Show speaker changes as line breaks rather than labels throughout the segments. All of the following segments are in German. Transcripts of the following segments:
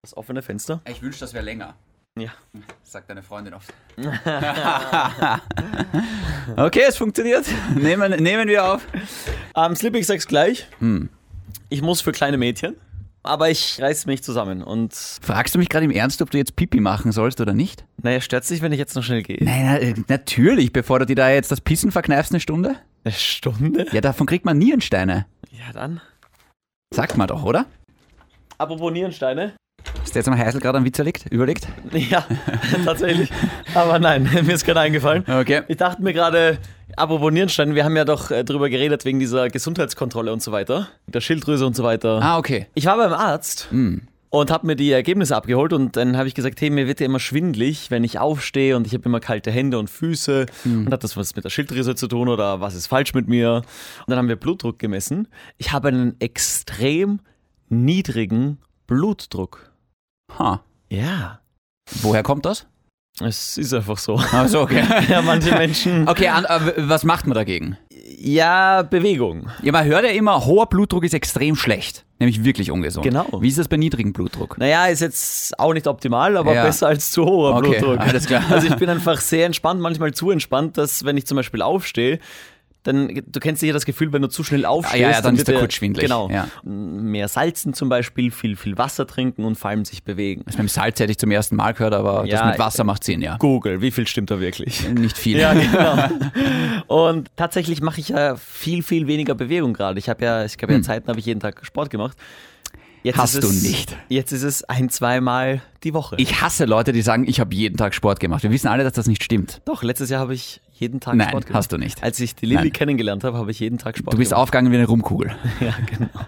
Das offene Fenster?
Ich wünsche, das wäre länger,
Ja.
sagt deine Freundin oft.
Okay, es funktioniert. Nehmen, nehmen wir auf.
Ähm, Slippy, ich sag's gleich.
Hm.
Ich muss für kleine Mädchen. Aber ich reiß mich zusammen. Und
Fragst du mich gerade im Ernst, ob du jetzt Pipi machen sollst oder nicht?
naja, stört's dich, wenn ich jetzt noch schnell gehe?
Nein, na, äh, natürlich, bevor du dir da jetzt das Pissen verkneifst eine Stunde.
Eine Stunde?
Ja, davon kriegt man Nierensteine.
Ja, dann.
Sagt man doch, oder?
Apropos Nierensteine?
Ist der jetzt am Heißel gerade einen Witz erlegt, überlegt?
Ja, tatsächlich. Aber nein, mir ist gerade eingefallen.
Okay.
Ich dachte mir gerade, apropos Nierensteine, wir haben ja doch äh, drüber geredet wegen dieser Gesundheitskontrolle und so weiter. Der Schilddrüse und so weiter.
Ah, okay.
Ich war beim Arzt
Hm.
und habe mir die Ergebnisse abgeholt und dann habe ich gesagt, hey, mir wird ja immer schwindlig, wenn ich aufstehe und ich habe immer kalte Hände und Füße und hat das was mit der Schilddrüse zu tun oder was ist falsch mit mir? Und dann haben wir Blutdruck gemessen. Ich habe einen extrem niedrigen Blutdruck.
Ha.
Ja,
Woher kommt das?
es ist einfach so.
Ach so, okay.
Ja, manche Menschen.
Okay, an, äh, was macht man dagegen?
Ja, Bewegung.
Ja, man hört ja immer, hoher Blutdruck ist extrem schlecht. Nämlich wirklich ungesund.
Genau.
Wie ist das bei niedrigem Blutdruck?
Naja, ist jetzt auch nicht optimal, aber
Ja.
besser als zu hoher
Okay,
Blutdruck.
alles klar.
Also ich bin einfach sehr entspannt, manchmal zu entspannt, dass wenn ich zum Beispiel aufstehe, dann, du kennst sicher das Gefühl, wenn du zu schnell aufstehst,
Ah, ja, dann ist
wird
der
dir-
kurz schwindelig,
Genau.
ja.
Mehr salzen zum Beispiel, viel, viel Wasser trinken und vor allem sich bewegen.
Das mit dem Salz hätte ich zum ersten Mal gehört, aber
Ja,
das mit Wasser macht Sinn, ja.
Google, wie viel stimmt da wirklich?
Nicht viel.
Ja, genau. Und tatsächlich mache ich ja viel, viel weniger Bewegung gerade. Ich habe ja, ich habe ja Zeiten, habe ich jeden Tag Sport gemacht. Jetzt
Hm. Hast
ist es,
du nicht.
Jetzt ist es ein, zweimal die Woche.
Ich hasse Leute, die sagen, ich habe jeden Tag Sport gemacht. Wir wissen alle, dass das nicht stimmt.
Doch, letztes Jahr habe ich jeden Tag
Nein,
Sport gemacht.
hast du nicht.
Als ich die Lilly
Nein.
kennengelernt habe, habe ich jeden Tag Sport
Du bist
gemacht.
aufgegangen wie eine Rumkugel.
Du bist auch.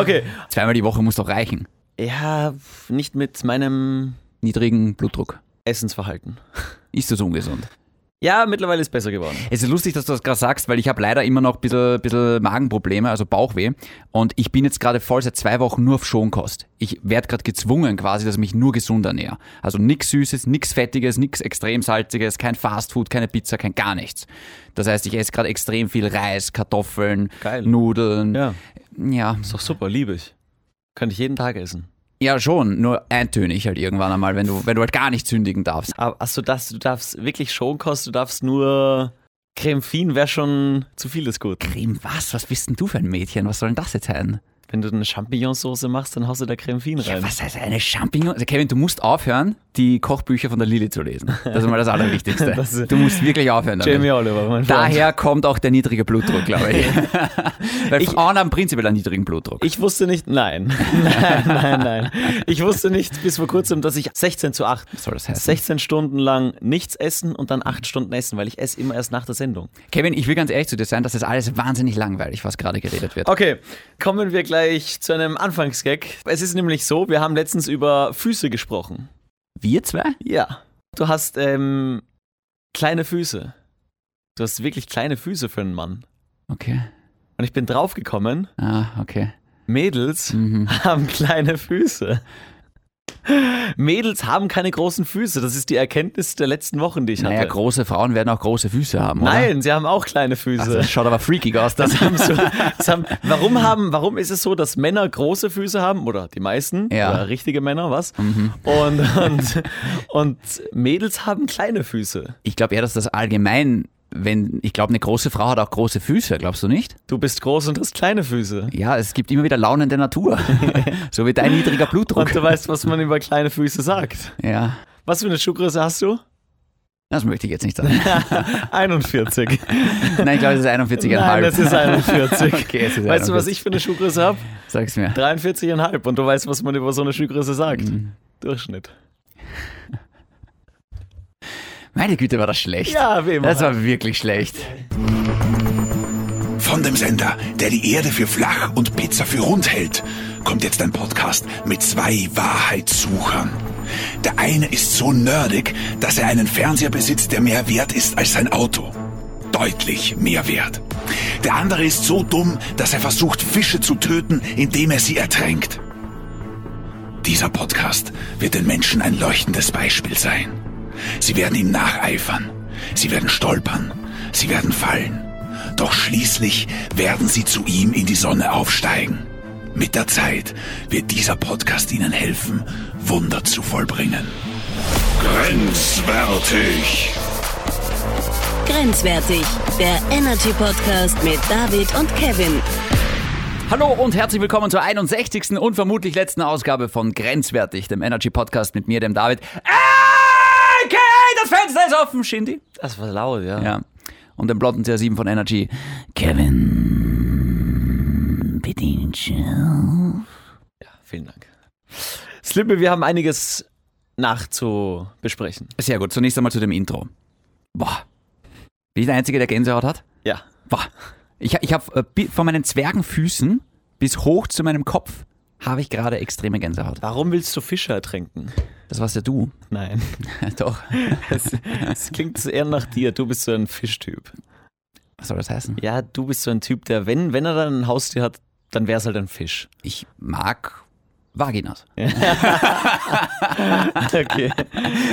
Okay.
Zweimal die Woche muss doch reichen.
Ja, nicht mit meinem
Niedrigen Blutdruck.
Essensverhalten.
Ist das ungesund?
Ja, mittlerweile ist besser geworden.
Es ist lustig, dass du das gerade sagst, weil ich habe leider immer noch ein bisschen, bisschen Magenprobleme, also Bauchweh. Und ich bin jetzt gerade voll seit zwei Wochen nur auf Schonkost. Ich werde gerade gezwungen quasi, dass ich mich nur gesund ernähre. Also nichts Süßes, nichts Fettiges, nichts extrem Salziges, kein Fastfood, keine Pizza, kein gar nichts. Das heißt, ich esse gerade extrem viel Reis, Kartoffeln,
Geil.
Nudeln.
Ja,
ja,
ist doch super, liebe ich. Könnte ich jeden Tag essen.
Ja, schon, nur eintönig halt irgendwann einmal, wenn du, wenn du halt gar nicht sündigen darfst.
Aber hast du das, du darfst wirklich Schonkost, du darfst nur Creme Fien wäre schon zu viel des Guten.
Creme, was? Was bist denn du für ein Mädchen? Was soll denn das jetzt sein?
Wenn du eine Champignonsauce machst, dann haust du da Creme Fien rein.
Ja, was heißt eine Champignon? Also Kevin, du musst aufhören, die Kochbücher von der Lilly zu lesen. Das ist mal das Allerwichtigste.
Das ist-
du musst wirklich aufhören damit.
Jamie Oliver, mein Freund.
Daher kommt auch der niedrige Blutdruck, glaube ich. Weil Frauen haben prinzipiell einen niedrigen Blutdruck.
Ich wusste nicht, nein. nein, nein, nein. Ich wusste nicht bis vor kurzem, dass ich 16 zu 8
was soll das heißen?
16 Stunden lang nichts essen und dann 8 Stunden essen, weil ich esse immer erst nach der Sendung.
Kevin, ich will ganz ehrlich zu dir sein, das ist alles wahnsinnig langweilig, was gerade geredet wird.
Okay, kommen wir gleich zu einem Anfangsgag. Es ist nämlich so, wir haben letztens über Füße gesprochen.
Wir zwei?
Ja. Du hast ähm, kleine Füße. Du hast wirklich kleine Füße für einen Mann.
Okay.
Und ich bin draufgekommen,
Ah, okay.
Mädels
Mhm.
haben kleine Füße. Mädels haben keine großen Füße. Das ist die Erkenntnis der letzten Wochen, die ich
Naja,
hatte.
große Frauen werden auch große Füße haben, oder?
Nein, also- sie haben auch kleine
Ach,
Füße.
das schaut aber freakig aus. Das
haben so, das haben, warum, haben, warum ist es so, dass Männer große Füße haben oder die meisten
Ja. Mhm.
oder richtige Männer, was? Und, und, und Mädels haben kleine Füße.
ich glaube eher, dass das allgemein, wenn, ich glaube, eine große Frau hat auch große Füße, glaubst du nicht?
Du bist groß und hast kleine Füße.
Ja, es gibt immer wieder Launen der Natur. so wie dein niedriger
Und
Blutdruck.
du weißt, was man über kleine Füße sagt.
Ja,
Was für eine Schuhgröße hast du?
das möchte ich jetzt nicht sagen.
41.
Nein, ich glaube, es ist 41,5.
Nein, das ist 41.
Okay, es ist
weißt du, was
41.
ich für eine Schuhgröße habe?
Sag's mir.
43,5. Und du weißt, was man über so eine Schuhgröße sagt. Durchschnitt.
Meine Güte, war das schlecht.
Ja, wem?
Das war wirklich schlecht.
Von dem Sender, der die Erde für flach und Pizza für rund hält, kommt jetzt ein Podcast mit zwei Wahrheitssuchern. Der eine ist so nerdig, dass er einen Fernseher besitzt, der mehr wert ist als sein Auto. Deutlich mehr wert. Der andere ist so dumm, dass er versucht, Fische zu töten, indem er sie ertränkt. Dieser Podcast wird den Menschen ein leuchtendes Beispiel sein. Sie werden ihm nacheifern. Sie werden stolpern. Sie werden fallen. Doch schließlich werden sie zu ihm in die Sonne aufsteigen. Mit der Zeit wird dieser Podcast Ihnen helfen, Wunder zu vollbringen. Grenzwertig.
Grenzwertig, der Energy Podcast mit David und Kevin.
Hallo und herzlich willkommen zur 61. und vermutlich letzten Ausgabe von Grenzwertig, dem Energy Podcast mit mir, dem David. Okay, das Fenster ist offen, Shindy.
Das war laut, ja.
Ja. Und dem blonden CR7 von Energy, Kevin. Bedinchen.
ja vielen Dank. Slippe, wir haben einiges nachzubesprechen.
Sehr gut, zunächst einmal zu dem Intro. Boah. Bin ich der Einzige, der Gänsehaut hat?
Ja.
Boah. Ich, ich habe von meinen Zwergenfüßen bis hoch zu meinem Kopf habe ich gerade extreme Gänsehaut.
Warum willst du Fische ertränken?
Das warst ja du.
Nein.
Doch.
Es klingt eher nach dir. Du bist so ein Fischtyp.
Was soll das heißen?
Ja, du bist so ein Typ, der, wenn, wenn er dann ein Haustier hat, dann wäre es halt ein Fisch.
Ich mag Vaginas.
Okay.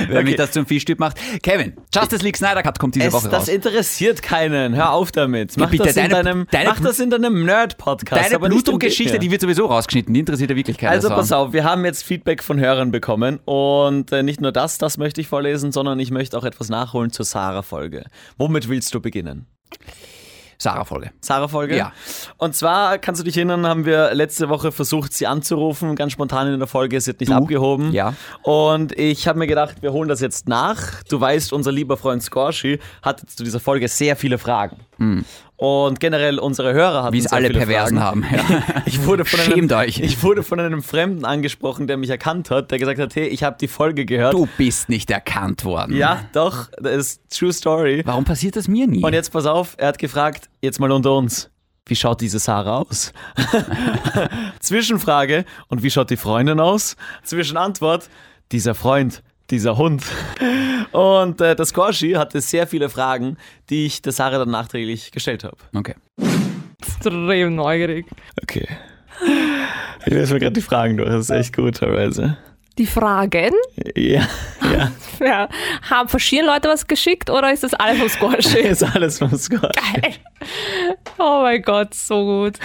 Wenn mich das zum Fischtyp macht. Kevin, Justice League Snyder Cut kommt diese
Es,
Woche
das
raus.
interessiert keinen. Hör auf damit. Mach,
bitte,
das, in
deine-
deinem,
deine-
mach das in deinem Nerd-Podcast.
Deine
aber nicht im
Pluto-Geschichte,
Gegner.
die wird sowieso rausgeschnitten. Die interessiert ja wirklich keiner.
Also
Sau.
pass auf, wir haben jetzt Feedback von Hörern bekommen und äh, nicht nur das, das möchte ich vorlesen, sondern ich möchte auch etwas nachholen zur Sarah-Folge. Womit willst du beginnen?
Sarah-Folge.
Sarah-Folge?
Ja.
Und zwar, kannst du dich erinnern, haben wir letzte Woche versucht, sie anzurufen, ganz spontan in der Folge, sie hat nicht abgehoben.
Ja.
Und ich habe mir gedacht, wir holen das jetzt nach. Du weißt, unser lieber Freund Scorshi hatte zu dieser Folge sehr viele Fragen. Und generell unsere Hörer hatten
Mhm. Wie es
sehr
alle
viele
Perversen
Fragen.
haben. Ja.
Ich wurde, von einem,
Schämt euch.
ich wurde von einem Fremden angesprochen, der mich erkannt hat, der gesagt hat, hey, ich habe die Folge gehört.
Du bist nicht erkannt worden.
Ja, doch, das ist True Story.
Warum passiert das mir nie?
Und jetzt pass auf, er hat gefragt, jetzt mal unter uns, wie schaut diese Sarah aus? Zwischenfrage, und wie schaut die Freundin aus? Zwischenantwort, dieser Freund, dieser Hund. Und äh, das Korshi hatte sehr viele Fragen, die ich der Sarah dann nachträglich gestellt habe.
okay.
extrem neugierig.
Okay. Ich lese mir gerade die Fragen durch, das ist echt gut teilweise.
Die Fragen?
Ja, ja,
Ja. Haben verschiedene Leute was geschickt oder ist das alles vom Squash?
ist alles vom Squash.
oh mein Gott, so gut.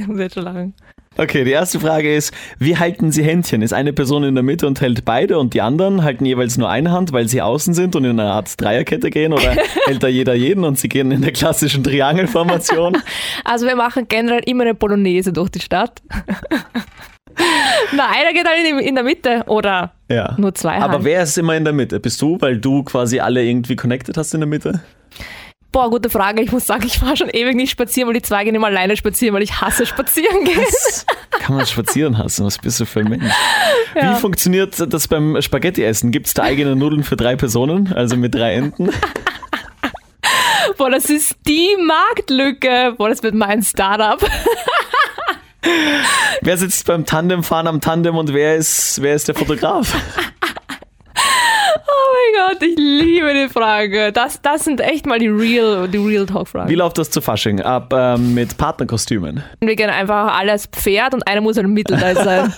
Ich muss jetzt schon lachen.
Okay, die erste Frage ist, wie halten Sie Händchen? Ist eine Person in der Mitte und hält beide und die anderen halten jeweils nur eine Hand, weil sie außen sind und in einer Art Dreierkette gehen oder hält da jeder jeden und sie gehen in der klassischen Triangelformation?
Also wir machen generell immer eine Polonaise durch die Stadt. Na, einer geht halt in, in der Mitte oder
Ja.
nur zwei
Aber
halt.
wer ist immer in der Mitte? Bist du, weil du quasi alle irgendwie connected hast in der Mitte?
Boah, gute Frage. Ich muss sagen, ich war schon ewig nicht spazieren, weil die zwei gehen immer alleine spazieren, weil ich hasse spazieren gehen.
Kann man spazieren hassen? Was bist du für ein Mensch? Wie funktioniert das beim Spaghetti-Essen? Gibt es da eigene Nudeln für drei Personen, also mit drei Enden?
Boah, das ist die Marktlücke. Boah, das wird mein Startup.
Wer sitzt beim Tandemfahren am Tandem und wer ist, wer ist der Fotograf?
Oh mein Gott, ich liebe die Frage. Das, das sind echt mal die Real, die Real
Wie
Talk-Fragen.
läuft das zu Fasching ab ähm, mit Partnerkostümen?
Wir gehen einfach alle als Pferd und einer muss halt im Mittel da sein.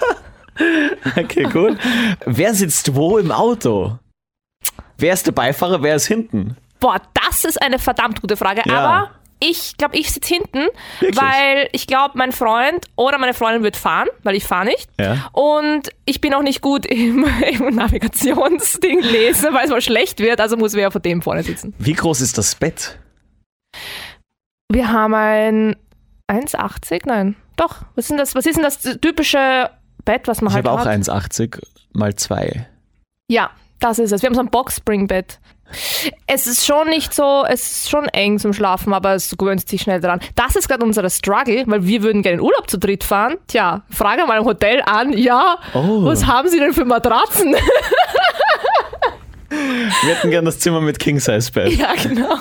Okay, cool. wer sitzt wo im Auto? Wer ist der Beifahrer, wer ist hinten?
Boah, das ist eine verdammt gute Frage.
Ja.
Aber ich glaube, ich sitze hinten, weil ich glaube, mein Freund oder meine Freundin wird fahren, weil ich fahre nicht.
Ja.
Und ich bin auch nicht gut im, im Navigationsding lesen, weil es mal schlecht wird. Also muss wer ja vor dem vorne sitzen.
Wie groß ist das Bett?
Wir haben ein 1,80? Nein. Doch. Was ist denn das, was ist denn das typische Bett, was man
Ich
halt
habe auch
hat?
1,80 mal 2.
Ja, das ist es. Wir haben so ein Boxspringbett. Es ist schon nicht so, es ist schon eng zum Schlafen, aber es gewöhnt sich schnell dran. Das ist gerade unser Struggle, weil wir würden gerne in Urlaub zu dritt fahren. Tja, frage mal im Hotel an, ja,
Oh.
was haben sie denn für Matratzen?
Wir hätten gern das Zimmer mit King-Size-Bett.
ja, genau.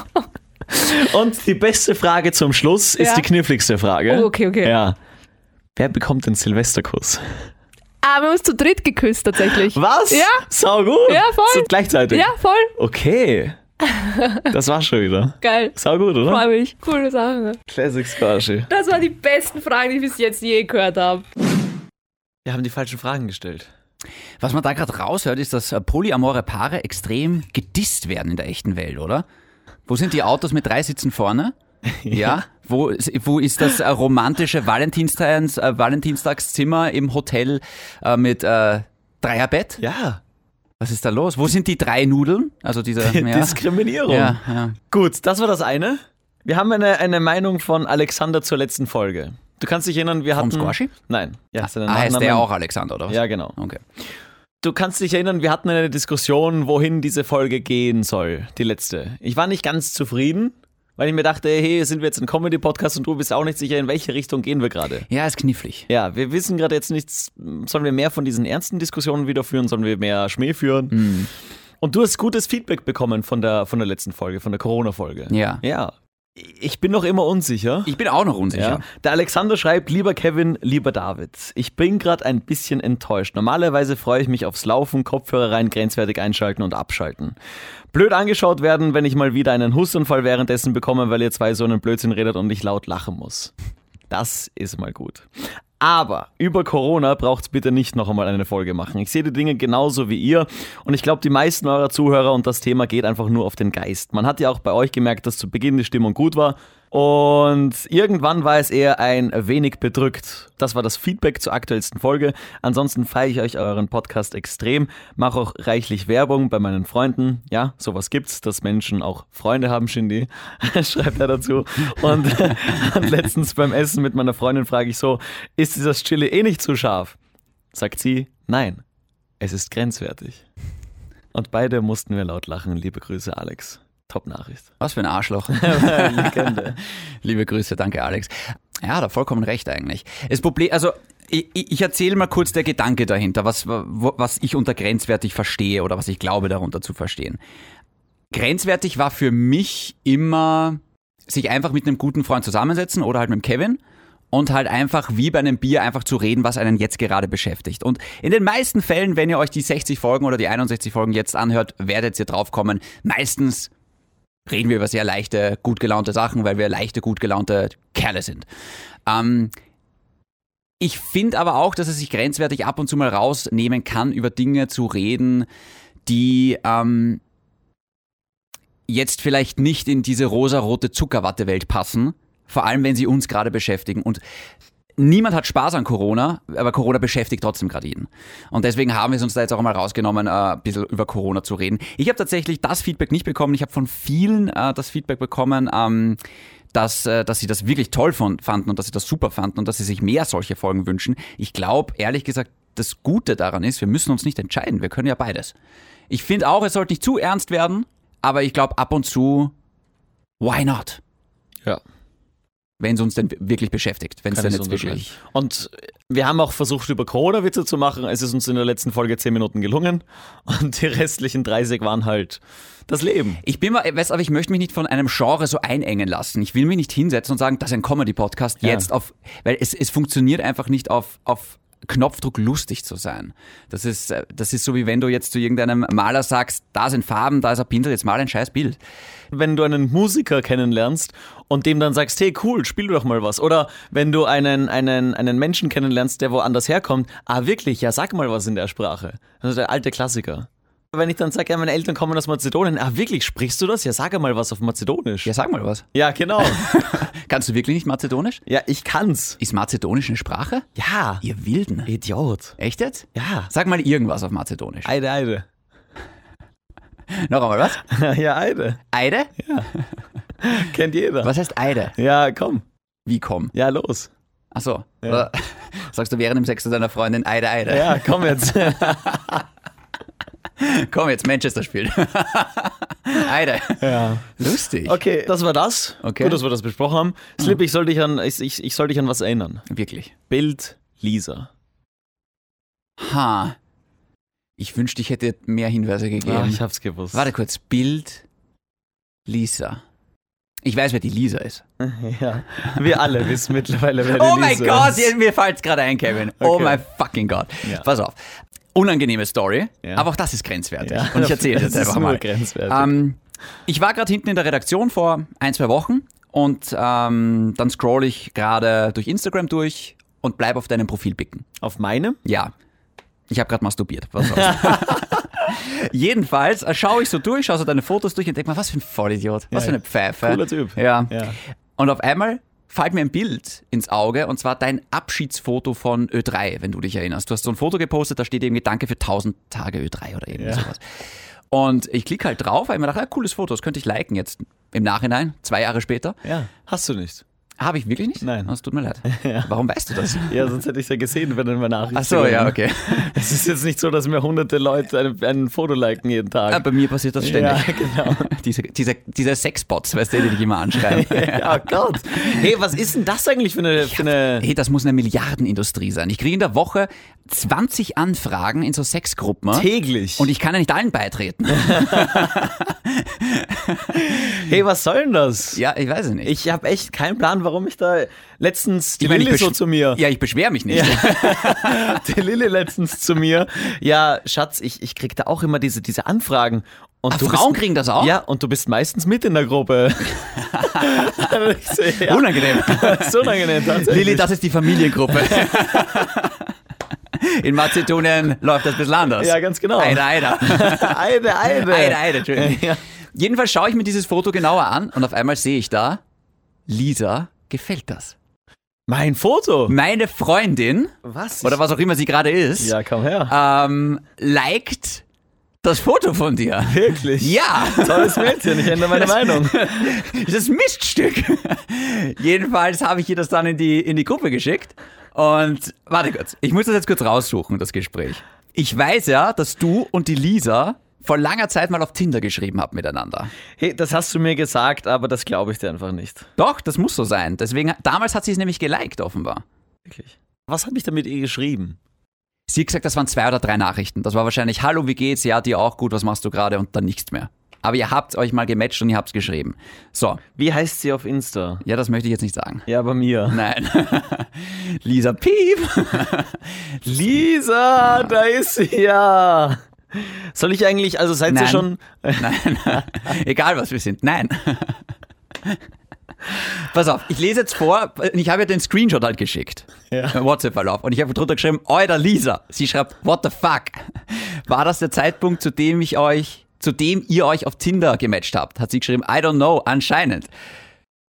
Und die beste Frage zum Schluss ist
Ja.
die kniffligste Frage.
Oh, okay, okay.
Ja. Wer bekommt den Silvesterkuss?
Aber Ah, wir haben uns zu dritt geküsst tatsächlich.
Was?
Ja.
Sau gut.
Ja, voll.
So gleichzeitig.
Ja, voll.
Okay. Das war's schon wieder.
Geil.
Sau gut, oder?
Freue mich. Coole Sache. Ne?
Classic Squashy.
Das waren die besten Fragen, die ich bis jetzt je gehört habe.
Wir haben die falschen Fragen gestellt.
Was man da gerade raushört, ist, dass äh, polyamore Paare extrem gedisst werden in der echten Welt, oder? Wo sind die Autos mit drei Sitzen vorne? Ja, Wo, wo ist das äh, romantische Valentinstags, äh, Valentinstagszimmer im Hotel äh, mit äh, Dreierbett?
Ja,
Was ist da los? Wo sind die drei Nudeln? Also diese ja.
Diskriminierung.
ja, ja.
Gut, das war das eine. Wir haben eine, eine Meinung von Alexander zur letzten Folge. Du kannst dich erinnern, wir hatten.
Squashy?
Nein. Ja, seinen
Ah, heißt
Nachnamen-
der auch Alexander, oder was?
Mhm. Ja, genau.
Okay.
Du kannst dich erinnern, wir hatten eine Diskussion, wohin diese Folge gehen soll, die letzte. Ich war nicht ganz zufrieden, weil ich mir dachte, hey, sind wir jetzt ein Comedy-Podcast und du bist auch nicht sicher, in welche Richtung gehen wir gerade.
Ja, ist knifflig.
Ja, wir wissen gerade jetzt nichts, sollen wir mehr von diesen ernsten Diskussionen wieder führen, sollen wir mehr Schmäh führen?
Mhm.
Und du hast gutes Feedback bekommen von der, von der letzten Folge, von der Corona-Folge.
Ja.
Ja. Ich bin noch immer unsicher.
Ich bin auch noch
Ja.
unsicher.
Der Alexander schreibt, lieber Kevin, lieber David, ich bin gerade ein bisschen enttäuscht. Normalerweise freue ich mich aufs Laufen, Kopfhörer rein, grenzwertig einschalten und abschalten. Blöd angeschaut werden, wenn ich mal wieder einen Hustunfall währenddessen bekomme, weil ihr zwei so einen Blödsinn redet und ich laut lachen muss. Das ist mal gut. Aber über Corona braucht's bitte nicht noch einmal eine Folge machen. Ich sehe die Dinge genauso wie ihr und ich glaube, die meisten eurer Zuhörer und das Thema geht einfach nur auf den Geist. Man hat ja auch bei euch gemerkt, dass zu Beginn die Stimmung gut war und irgendwann war es eher ein wenig bedrückt. Das war das Feedback zur aktuellsten Folge. Ansonsten feiere ich euch euren Podcast extrem, mache auch reichlich Werbung bei meinen Freunden. Ja, sowas gibt's, dass Menschen auch Freunde haben, Shindy, schreibt er dazu. Und, und letztens beim Essen mit meiner Freundin frage ich so, ist dieses Chili eh nicht zu scharf? Sagt sie, nein, es ist grenzwertig. Und beide mussten wir laut lachen. Liebe Grüße, Alex. Top-Nachricht.
Was für ein Arschloch.
Legende.
Liebe Grüße, danke Alex. Ja, da vollkommen recht eigentlich. Das Problem, also ich, ich erzähle mal kurz der Gedanke dahinter, was, wo- was ich unter grenzwertig verstehe oder was ich glaube darunter zu verstehen. Grenzwertig war für mich immer sich einfach mit einem guten Freund zusammensetzen oder halt mit dem Kevin und halt einfach wie bei einem Bier einfach zu reden, was einen jetzt gerade beschäftigt. Und in den meisten Fällen, wenn ihr euch die 60 Folgen oder die 61 Folgen jetzt anhört, werdet ihr draufkommen. Meistens reden wir über sehr leichte, gut gelaunte Sachen, weil wir leichte, gut gelaunte Kerle sind. Ähm, ich finde aber auch, dass es sich grenzwertig ab und zu mal rausnehmen kann, über Dinge zu reden, die ähm, jetzt vielleicht nicht in diese rosarote Zuckerwatte-Welt passen, vor allem wenn sie uns gerade beschäftigen. Und niemand hat Spaß an Corona, aber Corona beschäftigt trotzdem gerade jeden. Und deswegen haben wir es uns da jetzt auch mal rausgenommen, äh, ein bisschen über Corona zu reden. Ich habe tatsächlich das Feedback nicht bekommen. Ich habe von vielen äh, das Feedback bekommen, ähm, dass, äh, dass sie das wirklich toll von, fanden und dass sie das super fanden und dass sie sich mehr solche Folgen wünschen. Ich glaube, ehrlich gesagt, das Gute daran ist, wir müssen uns nicht entscheiden. Wir können ja beides. Ich finde auch, es sollte nicht zu ernst werden, aber ich glaube, ab und zu, why not?
Ja.
Wenn es uns denn wirklich beschäftigt, wenn es
Kann
denn
ich
jetzt
unterschreiben.
wirklich
Und wir haben auch versucht, über Corona Witze zu machen. Es ist uns in der letzten Folge 10 Minuten gelungen. Und die restlichen 30 waren halt das Leben.
Ich bin mal, weißt du, aber ich möchte mich nicht von einem Genre so einengen lassen. Ich will mich nicht hinsetzen und sagen, das ist ein Comedy-Podcast
Ja.
jetzt auf, weil es, es funktioniert einfach nicht auf, auf Knopfdruck lustig zu sein. Das ist, äh, das ist so wie wenn du jetzt zu irgendeinem Maler sagst, da sind Farben, da ist ein Pinsel, jetzt mal ein scheiß Bild.
Wenn du einen Musiker kennenlernst und dem dann sagst, hey cool, spiel doch mal was. Oder wenn du einen, einen, einen Menschen kennenlernst, der woanders herkommt, ah wirklich, ja sag mal was in der Sprache. Also der alte Klassiker. Wenn ich dann sage, ja, meine Eltern kommen aus Mazedonien, ah wirklich, sprichst du das? Ja, sag mal was auf Mazedonisch.
Ja, sag mal was.
Ja, genau.
Kannst du wirklich nicht Mazedonisch?
ja, ich kann's.
Ist Mazedonisch eine Sprache?
Ja.
Ihr Wilden.
Idiot.
Echt jetzt?
Ja.
Sag mal irgendwas auf Mazedonisch.
Eide, Eide.
Noch einmal was?
Ja, Eide.
Eide?
Kennt jeder.
Was heißt Eide?
Ja, komm.
Wie komm?
Ja, los.
Ach so. Oder sagst du während dem Sex zu deiner Freundin Eide, Eide?
Ja, komm jetzt.
Komm, jetzt Manchester spielt. Alter.
ja.
Lustig.
Okay, das war das.
Okay.
Gut, dass wir das besprochen haben. Slip, ich soll dich an, ich, ich, ich soll dich an was erinnern.
Wirklich.
Bild Lisa.
Ha. Ich wünschte, ich hätte mehr Hinweise gegeben.
Ah, ich hab's gewusst.
Warte kurz. Bild Lisa. Ich weiß, wer die Lisa ist.
Ja. Wir alle wissen mittlerweile, wer die
oh
Lisa
mein Gott,
ist.
mir fällt's gerade ein, Kevin. Oh
Okay.
mein fucking Gott.
Ja.
Pass auf. Unangenehme Story,
Ja.
aber auch das ist grenzwertig.
Ja.
Und ich erzähle es
Das
jetzt einfach
ist nur
mal.
grenzwertig.
Ähm, ich war gerade hinten in der Redaktion vor ein, zwei Wochen und ähm, dann scroll ich gerade durch Instagram durch und bleib auf deinem Profil picken.
Auf meinem?
Ja. Ich habe gerade masturbiert. Was soll's. Jedenfalls schaue ich so durch, schaue so deine Fotos durch und denke mir, was für ein Vollidiot, was
Ja,
für eine Pfeife.
cooler Typ.
Ja.
Ja.
Und auf einmal fällt mir ein Bild ins Auge und zwar dein Abschiedsfoto von Ö3, wenn du dich erinnerst. Du hast so ein Foto gepostet, da steht irgendwie Danke für 1000 Tage Ö3 oder irgendwie sowas. Und ich klicke halt drauf, weil ich mir dachte, ah, cooles Foto, das könnte ich liken jetzt im Nachhinein, zwei Jahre später.
Ja, hast du nicht.
Habe ich wirklich nicht?
Nein.
Das tut mir leid. Warum weißt du das?
Ja, sonst hätte ich es ja gesehen, wenn dann mal Nachricht
Ach so, ja, okay.
Es ist jetzt nicht so, dass mir hunderte Leute ein, ein Foto liken jeden Tag.
Ah, bei mir passiert das
ja,
ständig.
genau.
Diese, diese, diese Sexbots, weißt du, die dich immer anschreiben.
Ja, Gott. Hey, was ist denn das eigentlich für eine. Für eine
Hey, das muss eine Milliardenindustrie sein. Ich kriege in der Woche 20 Anfragen in so Sexgruppen.
täglich.
Und ich kann ja nicht allen beitreten.
hey, was soll denn das?
Ja, ich weiß es nicht.
Ich habe echt keinen Plan, warum ich da letztens die
meine,
Lilly so
besch-
zu mir.
Ja, ich beschwere mich nicht.
Die Lilly letztens zu mir. Ja, Schatz, ich, ich krieg da auch immer diese, diese Anfragen. Und
Ah,
du
Frauen
bist,
kriegen das auch?
Ja, und du bist meistens mit in der Gruppe. Und ich so, ja,
Unangenehm.
das ist unangenehm tatsächlich.
Lilly, das ist die Familiengruppe. In Mazedonien läuft das ein bisschen anders.
Ja, ganz genau.
Eider, eider.
Eine, eine.
Eider, eider, Entschuldigung.
Ja.
Jedenfalls schaue ich mir dieses Foto genauer an und auf einmal sehe ich da, Lisa gefällt das.
Mein Foto.
Meine Freundin,
Was?
oder was auch immer sie gerade ist,
Ja, komm her.
ähm, liked das Foto von dir.
Wirklich?
Ja,
Tolles Mädchen, ich ändere meine Meinung.
das Miststück. Jedenfalls habe ich ihr das dann in die, in die Gruppe geschickt. Und warte kurz, ich muss das jetzt kurz raussuchen, das Gespräch. Ich weiß ja, dass du und die Lisa vor langer Zeit mal auf Tinder geschrieben habt miteinander.
Hey, das hast du mir gesagt, aber das glaube ich dir einfach nicht.
Doch, das muss so sein. Deswegen, damals hat sie es nämlich geliked, offenbar.
Wirklich. Was habe ich damit eh geschrieben?
Sie hat gesagt, das waren zwei oder drei Nachrichten. Das war wahrscheinlich, hallo, wie geht's? Ja, dir auch gut, was machst du gerade? Und dann nichts mehr. Aber ihr habt euch mal gematcht und ihr habt's geschrieben. So,
Wie heißt sie auf Insta?
ja, das möchte ich jetzt nicht sagen.
Ja, bei mir.
Nein. Lisa Piep.
Lisa, da ist sie Ah. ja. Soll ich eigentlich, also seid ihr
Nein.
schon.
Nein. Egal, was wir sind. Nein. Pass auf, ich lese jetzt vor, ich habe ihr den Screenshot halt geschickt.
Ja.
WhatsApp-Verlauf. Und ich habe drunter geschrieben, Euer Lisa. Sie schreibt, what the fuck? War das der Zeitpunkt, zu dem ich euch, zu dem ihr euch auf Tinder gematcht habt? Hat sie geschrieben, I don't know, anscheinend.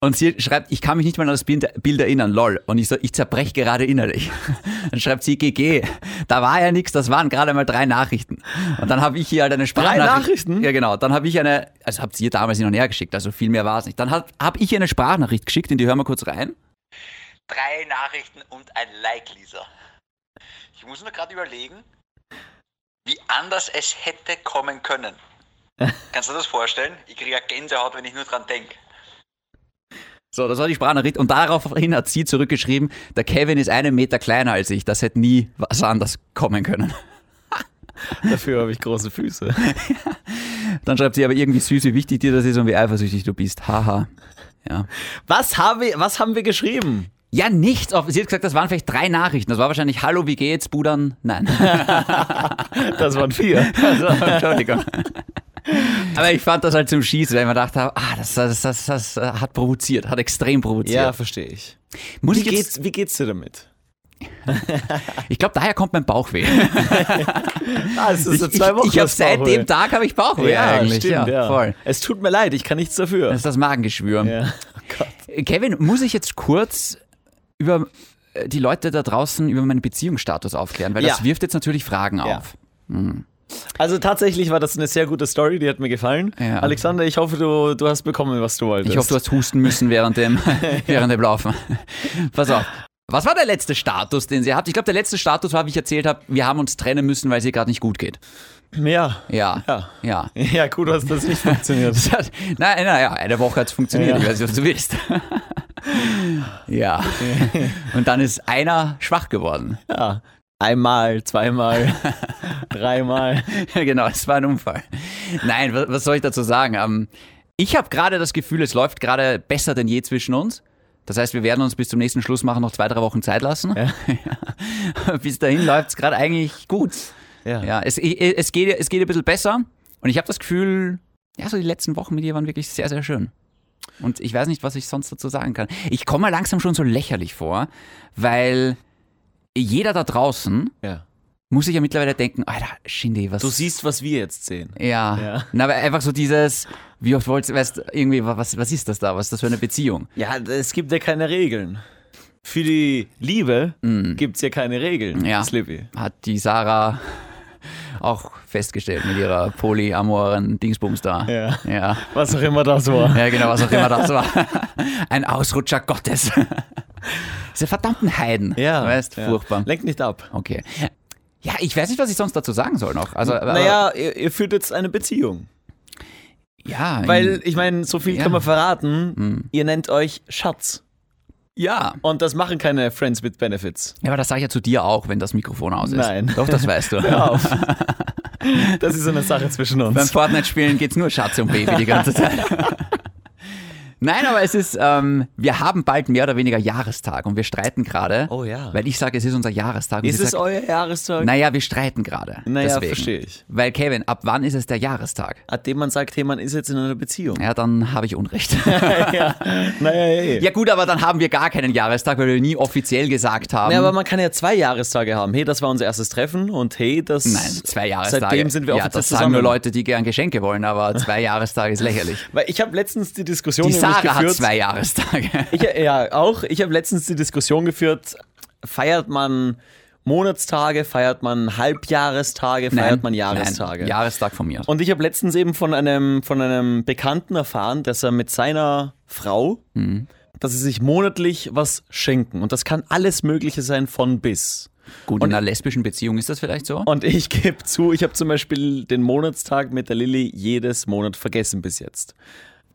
Und sie schreibt, ich kann mich nicht mal an das Bild, Bild erinnern, lol. Und ich so, ich zerbrech gerade innerlich. Dann schreibt sie, GG. Da war ja nichts, das waren gerade mal drei Nachrichten. Und dann habe ich hier halt eine Sprachnachricht.
Nachrichten?
Ja, genau. Dann habe ich eine, also habt ihr damals hin und her geschickt, also viel mehr war es nicht. Dann habe hab ich ihr eine Sprachnachricht geschickt, in die hören wir kurz rein.
drei Nachrichten und ein Like, Lisa. Ich muss mir gerade überlegen, wie anders es hätte kommen können. Kannst du dir das vorstellen? Ich kriege ja Gänsehaut, wenn ich nur dran denke.
So, das war die Sprachnachricht. Und daraufhin hat sie zurückgeschrieben, der Kevin ist einen Meter kleiner als ich. Das hätte nie was anders kommen können.
Dafür habe ich große Füße.
Dann schreibt sie aber irgendwie süß, wie wichtig dir das ist und wie eifersüchtig du bist. Haha. Ja.
Was, habe, was haben wir geschrieben?
Ja, nichts. Auf- Sie hat gesagt, das waren vielleicht drei Nachrichten. Das war wahrscheinlich Hallo, wie geht's, Budan? Nein.
Das waren vier.
Also, Entschuldigung. Aber ich fand das halt zum Schießen, weil ich mir gedacht habe, ah, das, das, das, das hat provoziert, hat
Ja,
extrem provoziert.
verstehe ich.
Muss
Wie
ich jetzt,
geht's, wie geht's dir damit?
ich glaube, daher kommt mein Bauchweh.
Ah, es
Ich,
so
ich, ich habe
das
seit
Bauchweh.
dem Tag habe ich Bauchweh
ja,
eigentlich.
Stimmt, ja,
voll.
Es tut mir leid, ich kann nichts dafür.
Das ist das Magengeschwür.
ja. Oh Gott.
Kevin, muss ich jetzt kurz über äh, die Leute da draußen über meinen Beziehungsstatus aufklären? Weil das
Ja.
wirft jetzt natürlich Fragen
Ja.
auf.
Also tatsächlich war das eine sehr gute Story, die hat mir gefallen.
Ja.
Alexander, ich hoffe, du, du hast bekommen, was du wolltest.
Ich hoffe, du hast husten müssen während dem, während dem Laufen. Pass auf. Was war der letzte Status, den sie habt? Ich glaube, der letzte Status war, wie ich erzählt habe, wir haben uns trennen müssen, weil es ihr gerade nicht gut geht.
Ja.
Ja.
Ja.
Ja.
Ja, gut, dass das nicht funktioniert.
Das hat, na, na ja, eine Woche hat es funktioniert,
Ja.
ich weiß nicht, was du willst. ja. Und dann ist einer schwach geworden.
Ja. Einmal, zweimal, dreimal.
genau, es war ein Unfall. Nein, was, was soll ich dazu sagen? Ähm, ich habe gerade das Gefühl, es läuft gerade besser denn je zwischen uns. Das heißt, wir werden uns bis zum nächsten Schluss machen noch zwei, drei Wochen Zeit lassen. bis dahin läuft es gerade eigentlich gut.
Ja.
Ja, es, ich- es, geht, es geht ein bisschen besser. Und ich habe das Gefühl, ja, so die letzten Wochen mit dir waren wirklich sehr, sehr schön. Und ich weiß nicht, was ich sonst dazu sagen kann. Ich komme mir langsam schon so lächerlich vor, weil jeder da draußen
Ja.
muss ich ja mittlerweile denken, Alter, Shindy, was...
Du siehst, was wir jetzt sehen.
ja.
Ja.
Na, aber einfach so dieses, wie oft wolltest, weißt irgendwie, wa- was, was ist das da? Was ist das für eine Beziehung?
Ja, es gibt ja keine Regeln. Für die Liebe gibt es ja keine Regeln,
Mhm. Ja.
Slippy.
Hat die Sarah auch festgestellt mit ihrer polyamoren Dingsbums da.
Ja.
Ja.
Was auch immer das war.
Ja, genau, was auch immer das war. Ein Ausrutscher Gottes. Diese verdammten Heiden. Weißt, furchtbar.
Lenkt nicht ab.
Okay. Ja, ich weiß nicht, was ich sonst dazu sagen soll noch. Also, aber-
Naja, ihr, ihr führt jetzt eine Beziehung.
ja.
Weil, ich meine, so viel
Hm. Ja. Hm.
kann man verraten. Ihr nennt euch Schatz.
ja.
Und das machen keine Friends with Benefits.
Ja, aber das sage ich ja zu dir auch, wenn das Mikrofon aus ist.
Nein.
Doch, das weißt du.
Hör auf. Das ist eine Sache zwischen
Beim
uns.
Fortnite-Spielen geht's nur Schatz und Baby die ganze Zeit. Nein, aber es ist, ähm, wir haben bald mehr oder weniger Jahrestag und wir streiten gerade.
Oh ja.
Weil ich sage, es ist unser Jahrestag. und
Ist
sie
es
sagt,
euer Jahrestag?
Naja, wir streiten gerade.
Naja,
Deswegen.
verstehe ich.
Weil Kevin, ab wann ist es der Jahrestag?
Ab dem man sagt, hey, man ist jetzt in einer Beziehung.
Ja, dann habe ich Unrecht.
Naja, hey.
ja gut, aber dann haben wir gar keinen Jahrestag, weil wir nie offiziell gesagt haben.
Ja, aber man kann ja zwei Jahrestage haben. Hey, das war unser erstes Treffen und hey, das.
Nein, zwei Jahrestage.
Seitdem sind wir
ja,
offiziell
das
zusammen.
sagen nur Leute, die gern Geschenke wollen, aber zwei Jahrestage ist lächerlich.
Weil ich habe letztens die Diskussion
Die
nämlich
Sarah hat
geführt.
zwei Jahrestage.
Ich, ja, auch. Ich habe letztens die Diskussion geführt, feiert man Monatstage, feiert man Halbjahrestage, feiert man Jahrestage.
Nein, Jahrestag von mir. aus.
Und ich habe letztens eben von einem, von einem Bekannten erfahren, dass er mit seiner Frau, dass sie sich monatlich was schenken. Und das kann alles Mögliche sein von bis.
Gut, in einer lesbischen Beziehung ist das vielleicht so?
Und ich gebe zu, ich habe zum Beispiel den Monatstag mit der Lilly jedes Monat vergessen bis jetzt.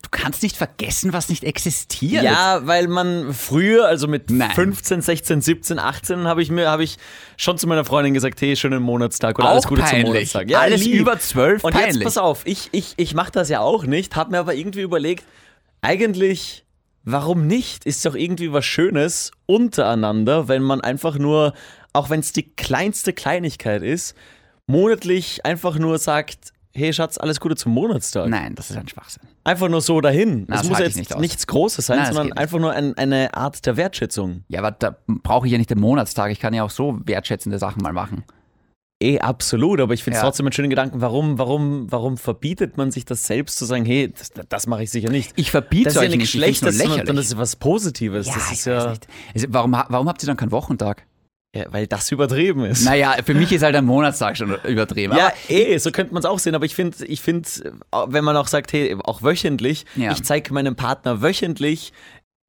Du kannst nicht vergessen, was nicht existiert.
Ja, weil man früher, also mit
Nein.
15, 16, 17, 18, habe ich mir, habe ich schon zu meiner Freundin gesagt, hey, schönen Monatstag oder
Auch
alles Gute
peinlich.
zum Monatstag.
Alles über 12
Und
peinlich.
jetzt pass auf, ich, ich, ich mache das ja auch nicht, habe mir aber irgendwie überlegt, eigentlich, warum nicht? Ist doch irgendwie was Schönes untereinander, wenn man einfach nur, auch wenn es die kleinste Kleinigkeit ist, monatlich einfach nur sagt, hey Schatz, alles Gute zum Monatstag
Nein, das ist ein Schwachsinn.
einfach nur so dahin.
Na,
es
das
muss
halte
jetzt
ich nicht aus.
nichts Großes sein,
Nein, das
sondern
geht nicht.
einfach nur ein, eine Art der Wertschätzung.
Ja, aber da brauche ich ja nicht den Monatstag. Ich kann ja auch so wertschätzende Sachen mal machen.
Eh, absolut, aber ich finde es
Ja.
trotzdem einen schönen Gedanken, warum, warum, warum verbietet man sich das selbst zu sagen, hey, das, das mache ich sicher nicht.
Ich verbiete
das ist ja
euch
nichts
nicht, ich find's nur
Schlechtes, sondern
lächerlich.
sondern das ist was Positives. das
ich
ist
weiß
ja,
nicht. Also, warum, ha- warum habt ihr dann keinen Wochentag?
ja, weil das übertrieben ist.
Naja, für mich ist halt ein Monatstag schon übertrieben.
Ja,
Aber
eh, so könnte man es auch sehen, aber ich finde, ich find, wenn man auch sagt, hey, auch wöchentlich,
Ja.
ich zeige meinem Partner wöchentlich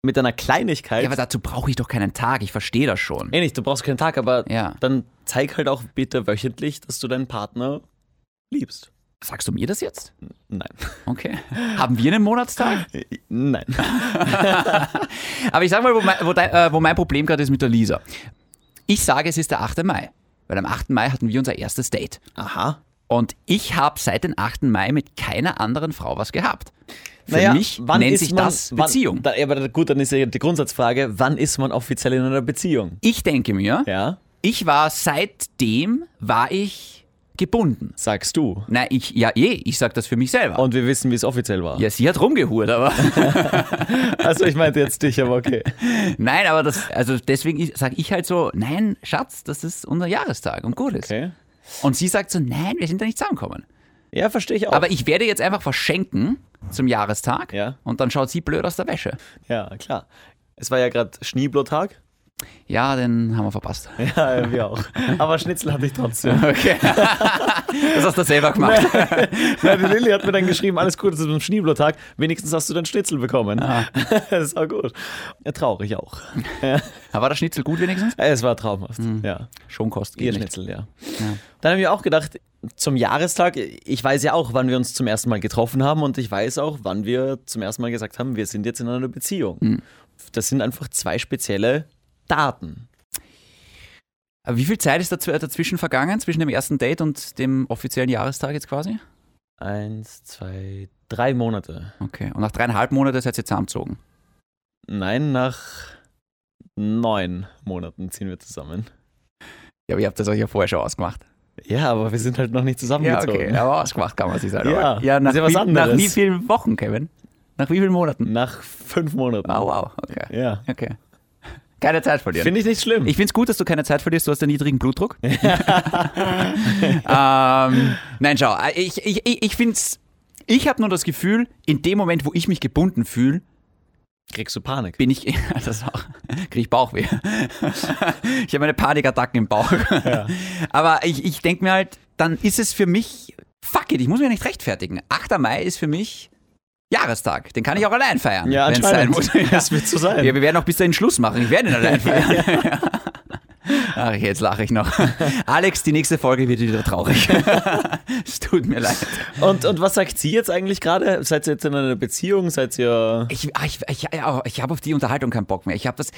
mit einer Kleinigkeit,
Ja, aber dazu brauche ich doch keinen Tag. Ich verstehe das schon.
Eh nicht, du brauchst keinen Tag, aber
Ja.
dann zeig halt auch bitte wöchentlich, dass du deinen Partner liebst.
Sagst du mir das jetzt?
Nein.
Okay. Haben wir einen Monatstag?
Nein.
Aber ich sag mal, wo mein, wo dein, äh, wo mein Problem gerade ist mit der Lisa. Ich sage, es ist der 8. Mai. Weil am 8. Mai hatten wir unser erstes Date.
Aha.
Und ich habe seit dem 8. Mai mit keiner anderen Frau was gehabt. Für mich nennt sich das Beziehung.
Wann, da, ja, aber da- gut, dann ist ja die Grundsatzfrage, wann ist man offiziell in einer Beziehung?
ich denke mir,
Ja,
ich war seitdem, war ich gebunden.
sagst du.
Nein, ich, ja eh, ich sag das für mich selber.
Und wir wissen, wie es offiziell war.
ja, sie hat rumgehurt, aber
Also ich meinte jetzt dich, aber okay.
nein, aber das, also deswegen sage ich halt so, nein, Schatz, das ist unser Jahrestag und gut ist.
okay.
Und sie sagt so, nein, wir sind da nicht zusammengekommen.
Ja, verstehe ich auch.
Aber ich werde jetzt einfach verschenken zum Jahrestag
Ja.
und dann schaut sie blöd aus der Wäsche.
ja, klar. Es war ja gerade Schneeblotag.
Ja, den haben wir verpasst.
Ja, wir auch. Aber Schnitzel hatte ich trotzdem.
Okay. das hast du selber gemacht.
Ja, die Lilly hat mir dann geschrieben, alles Gute zum Schneeblotag, wenigstens hast du deinen Schnitzel bekommen. Das war gut. Ah. Ja, traurig auch.
War der Schnitzel gut wenigstens?
Es war traumhaft, ja.
Schon kostet
Ihr
geht nicht.
Schnitzel, Hm. ja. Dann habe ich auch gedacht, zum Jahrestag, ich weiß ja auch, wann wir uns zum ersten Mal getroffen haben und ich weiß auch, wann wir zum ersten Mal gesagt haben, wir sind jetzt in einer Beziehung. Das sind einfach zwei spezielle Daten.
Aber wie viel Zeit ist dazw- dazwischen vergangen, zwischen dem ersten Date und dem offiziellen Jahrestag jetzt quasi?
Eins, zwei, drei Monate.
Okay. Und nach dreieinhalb Monaten seid ihr zusammengezogen.
Nein, nach neun Monaten ziehen wir zusammen.
Ja, aber ihr habt das euch ja vorher schon ausgemacht.
Ja, aber wir sind halt noch nicht
Ja,
zusammengezogen.
okay. Aber ausgemacht kann man sich halt
Ja,
auch. ja nach,
ist ja was
wie, nach
anderes. Mhm.
wie vielen Wochen, Kevin? Nach wie vielen Monaten?
Nach fünf Monaten.
Ah, wow. Okay.
Ja.
Okay. Keine Zeit verlieren.
Finde ich nicht schlimm.
Ich finde es gut, dass du keine Zeit verlierst, du hast einen niedrigen Blutdruck. ähm, nein, schau, ich, ich, ich, ich finde es, ich habe nur das Gefühl, in dem Moment, wo ich mich gebunden fühle,
Kriegst du Panik?
bin ich, das auch, kriege ich Bauchweh. ich habe meine Panikattacken im Bauch. Aber ich, ich denke mir halt, dann ist es für mich, fuck it, ich muss mich nicht rechtfertigen. 8. Mai ist für mich Jahrestag, den kann ich auch allein feiern,
Ja,
wenn es sein muss.
anscheinend. Das wird so sein.
Ja, wir werden auch bis dahin Schluss machen. Ich werde ihn allein feiern. Ach, jetzt lache ich noch. Alex, die nächste Folge wird wieder traurig. es tut mir leid.
Und, und was sagt sie jetzt eigentlich gerade? Seid ihr jetzt in einer Beziehung? Seid ihr.
Ich, ah, ich, ich, ah, ich habe auf die Unterhaltung keinen Bock mehr. Ich habe das.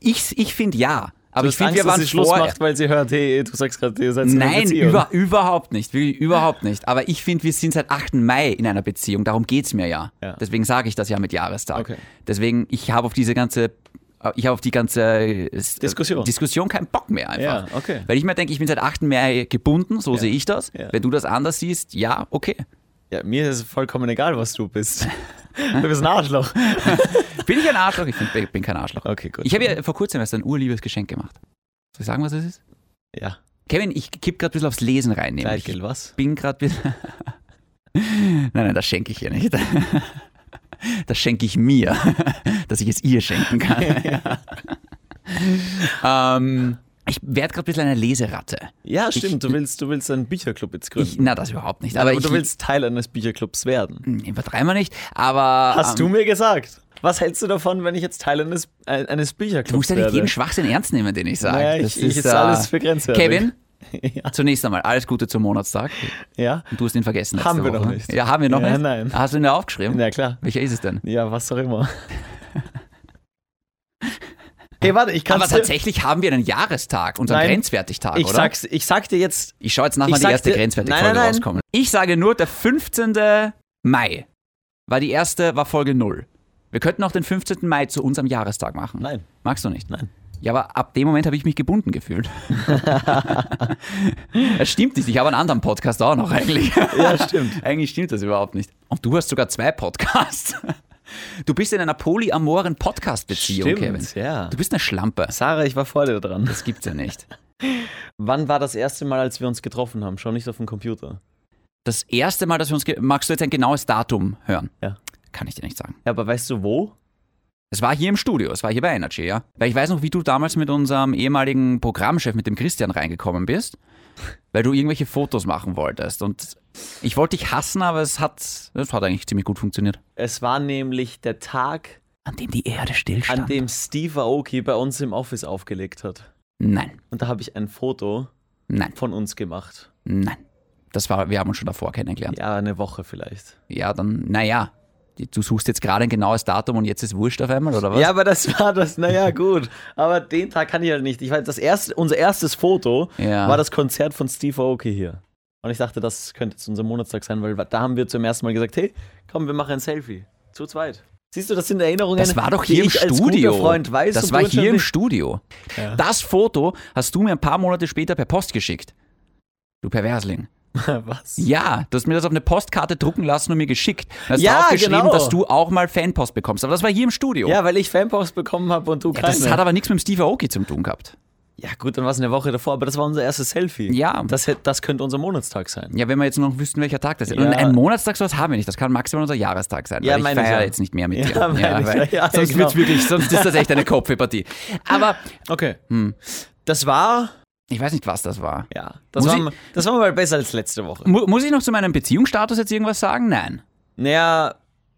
Ich, ich finde ja. Aber
Du
ich
hast Angst,
finde, wir
dass
waren
sie Schluss
vor,
macht, weil sie hört, hey, du sagst gerade, ihr seid in einer
Nein,
Beziehung.
über, überhaupt nicht. Wirklich überhaupt nicht. Aber ich finde, wir sind seit 8. Mai in einer Beziehung. Darum geht es mir ja.
Ja.
Deswegen sage ich das ja mit Jahrestag.
Okay.
Deswegen, ich habe auf diese ganze. Ich habe auf die ganze äh,
Diskussion.
Diskussion keinen Bock mehr einfach.
Ja, okay.
Weil ich mir denke, ich bin seit 8. Mai gebunden, so sehe ich das.
Ja.
Wenn du das anders siehst, ja, okay.
Ja, mir ist es vollkommen egal, was du bist. Du bist ein Arschloch.
Bin ich ein Arschloch? Ich find, bin kein Arschloch.
Okay, gut.
Ich habe ja vor kurzem erst ein urliebes Geschenk gemacht. Soll ich sagen, was es ist?
Ja,
Kevin, ich kipp gerade ein bisschen aufs Lesen rein. nämlich.
Leitgel, was?
bin gerade wieder. Nein, nein, das schenke ich ihr nicht. Das schenke ich mir, dass ich es ihr schenken kann. ähm, ich werde gerade ein bisschen eine Leseratte.
Ja, stimmt. du, willst, du willst einen Bücherclub jetzt gründen.
Ich, na, das überhaupt nicht. Aber,
aber
ich,
du willst Teil eines Bücherclubs werden.
Übertreiben wir nicht. Aber.
Hast
ähm,
du mir gesagt. Was hältst du davon, wenn ich jetzt Teil eines, ein- eines
Du musst
Bücherclubs
ja
werde?
nicht jeden Schwachsinn ernst nehmen, den ich sage.
Naja, ich- ich- ist alles für grenzwertig.
äh, Kevin,
Ja.
zunächst einmal alles Gute zum Monatstag.
ja?
Und du hast ihn vergessen. letzte
Haben wir
Woche.
noch nicht.
Ja, haben wir noch
Ja,
nicht?
nein.
Hast du ihn da aufgeschrieben?
Na klar.
Welcher ist es denn?
Ja, was auch immer. Hey, warte, ich kann
Aber tatsächlich haben wir einen Jahrestag, unseren
Nein.
Grenzwertigtag,
Ich
oder?
sag's, ich sag dir jetzt,
Ich schaue jetzt nach,
Ich
wann die
sag's
erste
dir- Nein,
Grenzwertig-Folge
nein, nein.
rauskommt. Ich sage nur, der 15. Mai war die erste, war Folge 0. Wir könnten auch den 15. Mai zu unserem Jahrestag machen.
Nein.
Magst du nicht?
Nein.
Ja, aber ab dem Moment habe ich mich gebunden gefühlt. das stimmt nicht. Ich habe einen anderen Podcast auch noch eigentlich. Ja, stimmt. eigentlich stimmt das überhaupt nicht. Und du hast sogar zwei Podcasts. Du bist in einer polyamoren Podcast-Beziehung,
Stimmt,
Kevin.
ja.
Du bist eine Schlampe.
Sarah, ich war vor dir dran.
Das gibt's ja nicht.
Wann war das erste Mal, als wir uns getroffen haben? Schon nicht auf dem Computer.
Das erste Mal, dass wir uns. ge- Magst du jetzt ein genaues Datum hören?
Ja.
Kann ich dir nicht sagen.
Ja, aber weißt du wo?
Es war hier im Studio, es war hier bei Energy, ja. Weil ich weiß noch, wie du damals mit unserem ehemaligen Programmchef, mit dem Christian, reingekommen bist, weil du irgendwelche Fotos machen wolltest. Und ich wollte dich hassen, aber es hat, es hat eigentlich ziemlich gut funktioniert.
Es war nämlich der Tag,
An dem die Erde stillstand.
an dem Steve Aoki bei uns im Office aufgelegt hat.
nein,
Und da habe ich ein Foto
nein,
von uns gemacht.
nein. Das war, wir haben uns schon davor kennengelernt.
Ja, eine Woche vielleicht.
Ja, dann, naja. Du suchst jetzt gerade ein genaues Datum und jetzt ist wurscht auf einmal, oder was?
Ja, aber das war das, naja, gut. Aber den Tag kann ich halt nicht. Ich weiß, das erste, unser erstes Foto
Ja.
war das Konzert von Steve Aoki hier. Und ich dachte, das könnte jetzt unser Monatstag sein, weil da haben wir zum ersten Mal gesagt, hey, komm, wir machen ein Selfie. Zu zweit. Siehst du, das sind Erinnerungen,
Das war doch hier
die
im
ich als
Studio.
guter Freund weiß
das
und
war
du
hier im
anscheinend
Studio. Das Foto hast du mir ein paar Monate später per Post geschickt. Du Perversling.
nicht. Was?
Ja, du hast mir das auf eine Postkarte drucken lassen und mir geschickt. Du hast
Ja,
draufgeschrieben,
genau.
dass du auch mal Fanpost bekommst. Aber das war hier im Studio.
Ja, weil ich Fanpost bekommen habe und du
Ja,
keine.
das hat aber nichts mit dem Steve Aoki zu tun gehabt.
ja gut, dann war es eine Woche davor, aber das war unser erstes Selfie.
Ja.
Das, hätt- das könnte unser Monatstag sein.
Ja, wenn wir jetzt noch wüssten, welcher Tag das ist. Und
Ja.
einen Monatstag sowas haben wir nicht. Das kann maximal unser Jahrestag sein.
Ja,
weil ich
meine ich
feiere
ja.
jetzt nicht mehr mit
Ja,
dir.
meine ich ja. Ja,
sonst
genau.
wird's wirklich, sonst ist das echt eine Kopfpartie. Aber
Okay.
Hm.
Das war,
ich weiß nicht, was das war.
ja, das
Muss
war,
ich-
mal- das war mal besser als letzte Woche.
Mu muss ich noch zu meinem Beziehungsstatus jetzt irgendwas sagen? Nein.
Naja,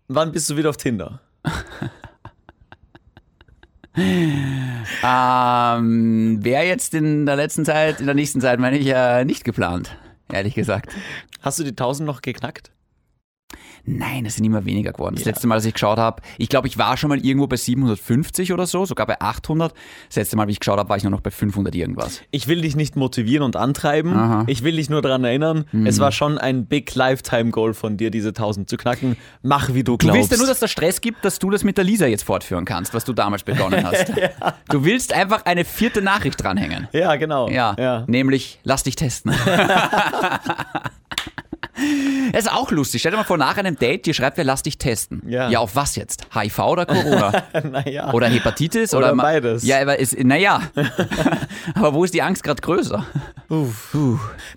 wann bist du wieder auf Tinder?
Ähm, Wäre jetzt in der letzten Zeit, in der nächsten Zeit, meine ich, äh, nicht geplant. Ehrlich gesagt.
Hast du die 1000 noch geknackt?
Nein, es sind immer weniger geworden. Das letzte Mal, dass ich geschaut habe, ich glaube, ich war schon mal irgendwo bei 750 oder so, sogar bei 800. Das letzte Mal, wie ich geschaut habe, war ich nur noch bei 500 irgendwas.
Ich will dich nicht motivieren und antreiben.
Aha. Mhm.
Ich will dich nur daran erinnern, es war schon ein Big Lifetime Goal von dir, diese 1000 zu knacken. Mach wie du
Du
glaubst.
willst ja nur, dass der Stress gibt, dass du das mit der Lisa jetzt fortführen kannst, was du damals begonnen hast. Du willst einfach eine vierte Nachricht dranhängen.
ja, genau.
Ja,
ja.
nämlich lass dich testen. Das ist auch lustig. Stell dir mal vor, nach einem Date, dir schreibt, wer lass dich testen.
Ja.
ja, auf was jetzt? HIV oder Corona?
naja.
Oder Hepatitis?
Oder
ma-
beides.
Ja, aber ist, naja. aber wo ist die Angst gerade größer?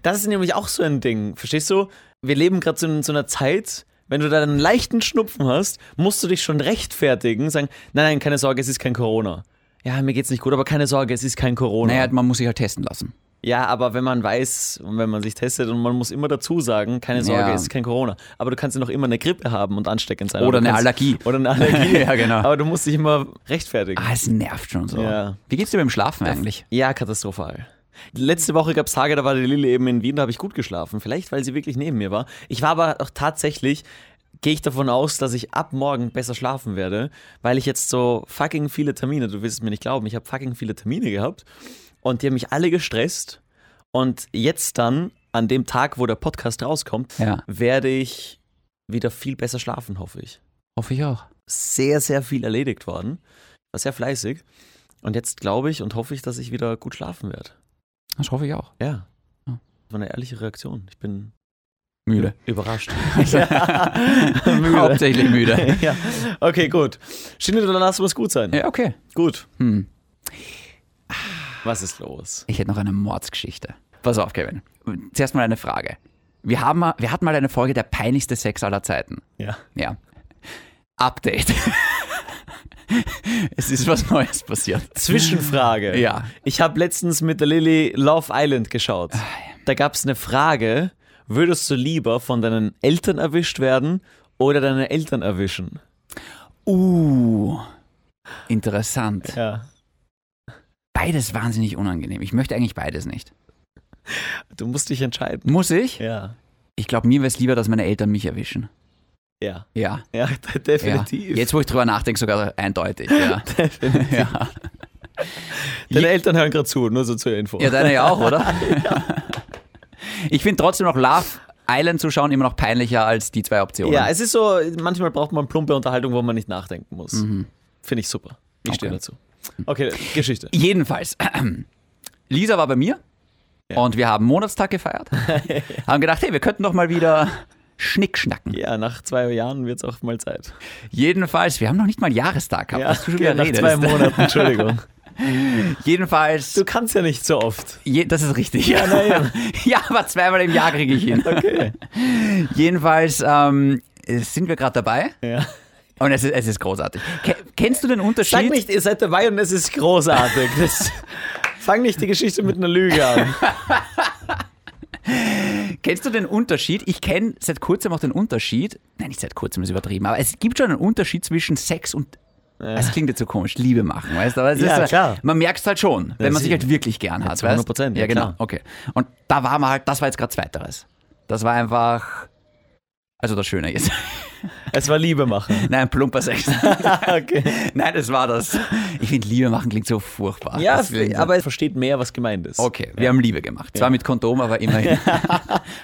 Das ist nämlich auch so ein Ding. Verstehst du? Wir leben gerade so in so einer Zeit, wenn du da einen leichten Schnupfen hast, musst du dich schon rechtfertigen, sagen, nein, nein, keine Sorge, es ist kein Corona. Ja, mir geht's nicht gut, aber keine Sorge, es ist kein Corona.
Naja, man muss sich halt testen lassen.
Ja, aber wenn man weiß und wenn man sich testet und man muss immer dazu sagen, keine Sorge,
Ja.
es ist kein Corona. Aber du kannst ja noch immer eine Grippe haben und ansteckend sein. Aber du
Oder eine
kannst,
Allergie.
Oder eine Allergie.
Ja, genau.
Aber du musst dich immer rechtfertigen.
Ah, es nervt schon so.
Ja.
Wie geht's dir beim Schlafen eigentlich?
Ja, katastrophal. Letzte Woche gab es Tage, da war die Lilly eben in Wien, da habe ich gut geschlafen. Vielleicht, weil sie wirklich neben mir war. Ich war aber auch tatsächlich, gehe ich davon aus, dass ich ab morgen besser schlafen werde, weil ich jetzt so fucking viele Termine, du wirst es mir nicht glauben, ich habe fucking viele Termine gehabt und die haben mich alle gestresst. Und jetzt dann, an dem Tag, wo der Podcast rauskommt,
Ja.
werde ich wieder viel besser schlafen, hoffe ich
Hoffe ich auch.
sehr, sehr viel erledigt worden. War sehr fleißig. Und jetzt glaube ich und hoffe ich, dass ich wieder gut schlafen werde.
Das hoffe ich auch.
Ja.
Ja.
Das war eine ehrliche Reaktion. Ich bin
Müde.
überrascht.
Hauptsächlich müde.
ja. Okay, gut. Schindet, dann lassen wir es gut sein.
Ja, okay.
Gut.
Hm.
Was ist los?
Ich hätte noch eine Mordsgeschichte. Pass auf, Kevin. Zuerst mal eine Frage. Wir, haben, mal- wir hatten mal eine Folge der peinlichste Sex aller Zeiten.
Ja.
Ja. Update. es ist was Neues passiert.
Zwischenfrage.
Ja.
Ich habe letztens mit der Lilly Love Island geschaut. Da gab es eine Frage, würdest du lieber von deinen Eltern erwischt werden oder deine Eltern erwischen?
Uh. Interessant.
Ja.
Beides wahnsinnig unangenehm. Ich möchte eigentlich beides nicht.
Du musst dich entscheiden.
Muss ich?
Ja.
Ich glaube, mir wäre es lieber, dass meine Eltern mich erwischen.
Ja.
Ja.
Ja, de- definitiv.
Ja. Jetzt, wo ich drüber nachdenke, sogar eindeutig. Ja. ja.
Deine Eltern hören gerade zu, nur so zur Info.
ja, deine ja auch, oder? Ich finde trotzdem noch Love Island zu schauen immer noch peinlicher als die zwei Optionen.
ja, es ist so, manchmal braucht man plumpe Unterhaltung, wo man nicht nachdenken muss. Finde ich super. Ich stehe
Mhm. Okay.
dazu. Okay, Geschichte.
Jedenfalls, Lisa war bei mir und wir haben Monatstag gefeiert. haben gedacht, hey, wir könnten doch mal wieder schnickschnacken.
Ja, nach zwei Jahren wird es auch mal Zeit.
Jedenfalls, wir haben noch nicht mal einen Jahrestag gehabt,
Ja, genau,
was du schon wieder
nach
redest.
zwei Monaten, Entschuldigung.
Jedenfalls,
Du kannst ja nicht so oft.
je, das ist richtig. Ja,
na ja.
ja, aber zweimal im Jahr kriege ich hin.
Okay.
Jedenfalls ähm, sind wir gerade dabei
Ja.
und es ist, es ist großartig. Ke kennst du den Unterschied?
Sag nicht, ihr seid dabei und es ist großartig. Das, fang nicht die Geschichte mit einer Lüge an.
Kennst du den Unterschied? Ich kenne seit kurzem auch den Unterschied. Nein, nicht seit kurzem ist übertrieben, aber es gibt schon einen Unterschied zwischen Sex und. Das klingt jetzt so komisch, Liebe machen, weißt du? Aber es
Ja,
ist, äh,
klar.
Man merkt es halt schon, wenn man sich
sicher.
halt wirklich gern hat,
zu
weißt
100%,
Ja,
ja,
genau.
klar.
Okay. Und da war man halt, das war jetzt gerade Zweiteres. Das war einfach. Also das Schöne jetzt.
Es war Liebe machen.
Nein, plumper Sex.
Okay.
Nein, das war das. Ich finde, Liebe machen klingt so furchtbar.
Ja,
Das klingt so-
aber es versteht mehr, was gemeint ist.
Okay, wir haben Liebe gemacht. Zwar mit Kondom, aber immerhin.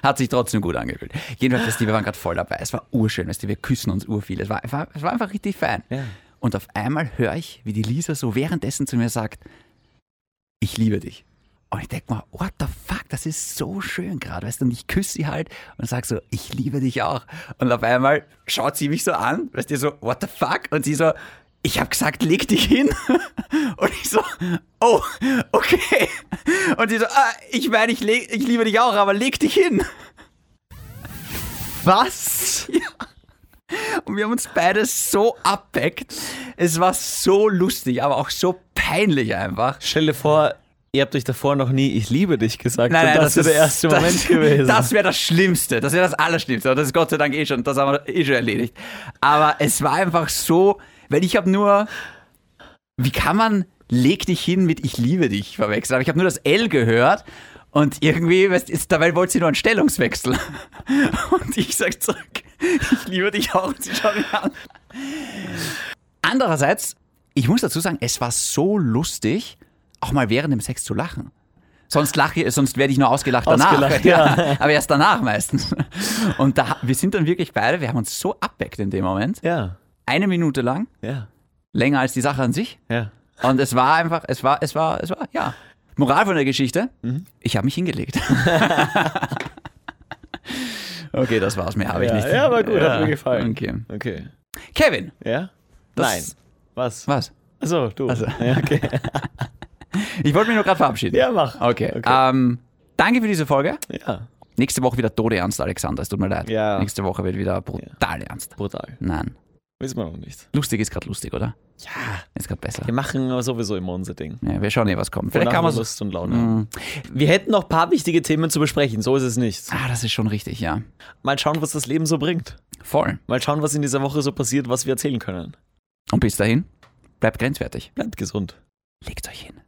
Hat sich trotzdem gut angefühlt. Jedenfalls, weißt du, wir waren gerade voll dabei. Es war urschön, weißt du, wir küssen uns urviel. Es war einfach, es war einfach richtig fein. Und auf einmal höre ich, wie die Lisa so währenddessen zu mir sagt, ich liebe dich. Und ich denke mal, what the fuck, das ist so schön gerade, weißt du? Und ich küsse sie halt und sage so, ich liebe dich auch. Und auf einmal schaut sie mich so an, weißt du, so, what the fuck? Und sie so, ich habe gesagt, leg dich hin. Und ich so, oh, okay. Und sie so, ah, ich meine, ich, leg- ich liebe dich auch, aber leg dich hin. Was? Ja. Und wir haben uns beide so abpackt. Es war so lustig, aber auch so peinlich einfach.
Stell dir vor, ihr habt euch davor noch nie Ich liebe dich gesagt.
Nein, nein,
und das, ist der erste
das-
Moment gewesen.
Das wäre das Schlimmste, das wäre das Allerschlimmste. Aber das ist Gott sei Dank eh schon, das haben wir eh schon erledigt. Aber es war einfach so, weil ich habe nur, wie kann man leg dich hin mit ich liebe dich verwechseln? Aber ich habe nur das L gehört und irgendwie, weißt, ist, dabei wollte sie nur einen Stellungswechsel. Und ich sag zurück, ich liebe dich auch. Und sie schaut mich an. Andererseits, ich muss dazu sagen, es war so lustig, auch mal während dem Sex zu lachen. Sonst lache, sonst werde ich nur ausgelacht danach.
Ausgelacht, ja.
Aber erst danach meistens. Und da, wir sind dann wirklich beide, wir haben uns so abweckt in dem Moment.
ja,
Eine Minute lang,
ja,
länger als die Sache an sich.
ja.
Und es war einfach, es war, es war, es war, ja. Moral von der Geschichte, ich habe mich hingelegt. Okay, das war's. Mehr habe ich
Ja,
nicht.
ja, war gut, hat mir gefallen.
Okay.
Okay.
Kevin,
Ja?
Das-
Nein. Was?
was?
Achso, du.
Also.
Ja, okay.
Ich wollte mich nur gerade verabschieden.
ja, mach.
Okay. Ähm, danke für diese Folge.
Ja.
Nächste Woche wieder Tode ernst, Alexander. Es tut mir leid.
Ja.
Nächste Woche wird wieder brutal ernst.
Brutal.
Nein.
Wissen wir noch nicht.
Lustig ist gerade lustig, oder?
Ja.
Ist gerade besser.
Wir machen aber sowieso immer unser Ding.
Ja, wir schauen eh, was kommt. Genau. Hm. Vielleicht
Wonach
kann
wir
man so. Mm.
Lust und Laune. haben. Wir hätten noch ein paar wichtige Themen zu besprechen, so ist es nicht.
Ah, das ist schon richtig, ja.
Mal schauen, was das Leben so bringt.
Voll.
Mal schauen, was in dieser Woche so passiert, was wir erzählen können.
Und bis dahin, bleibt grenzwertig.
Bleibt gesund.
Legt euch hin.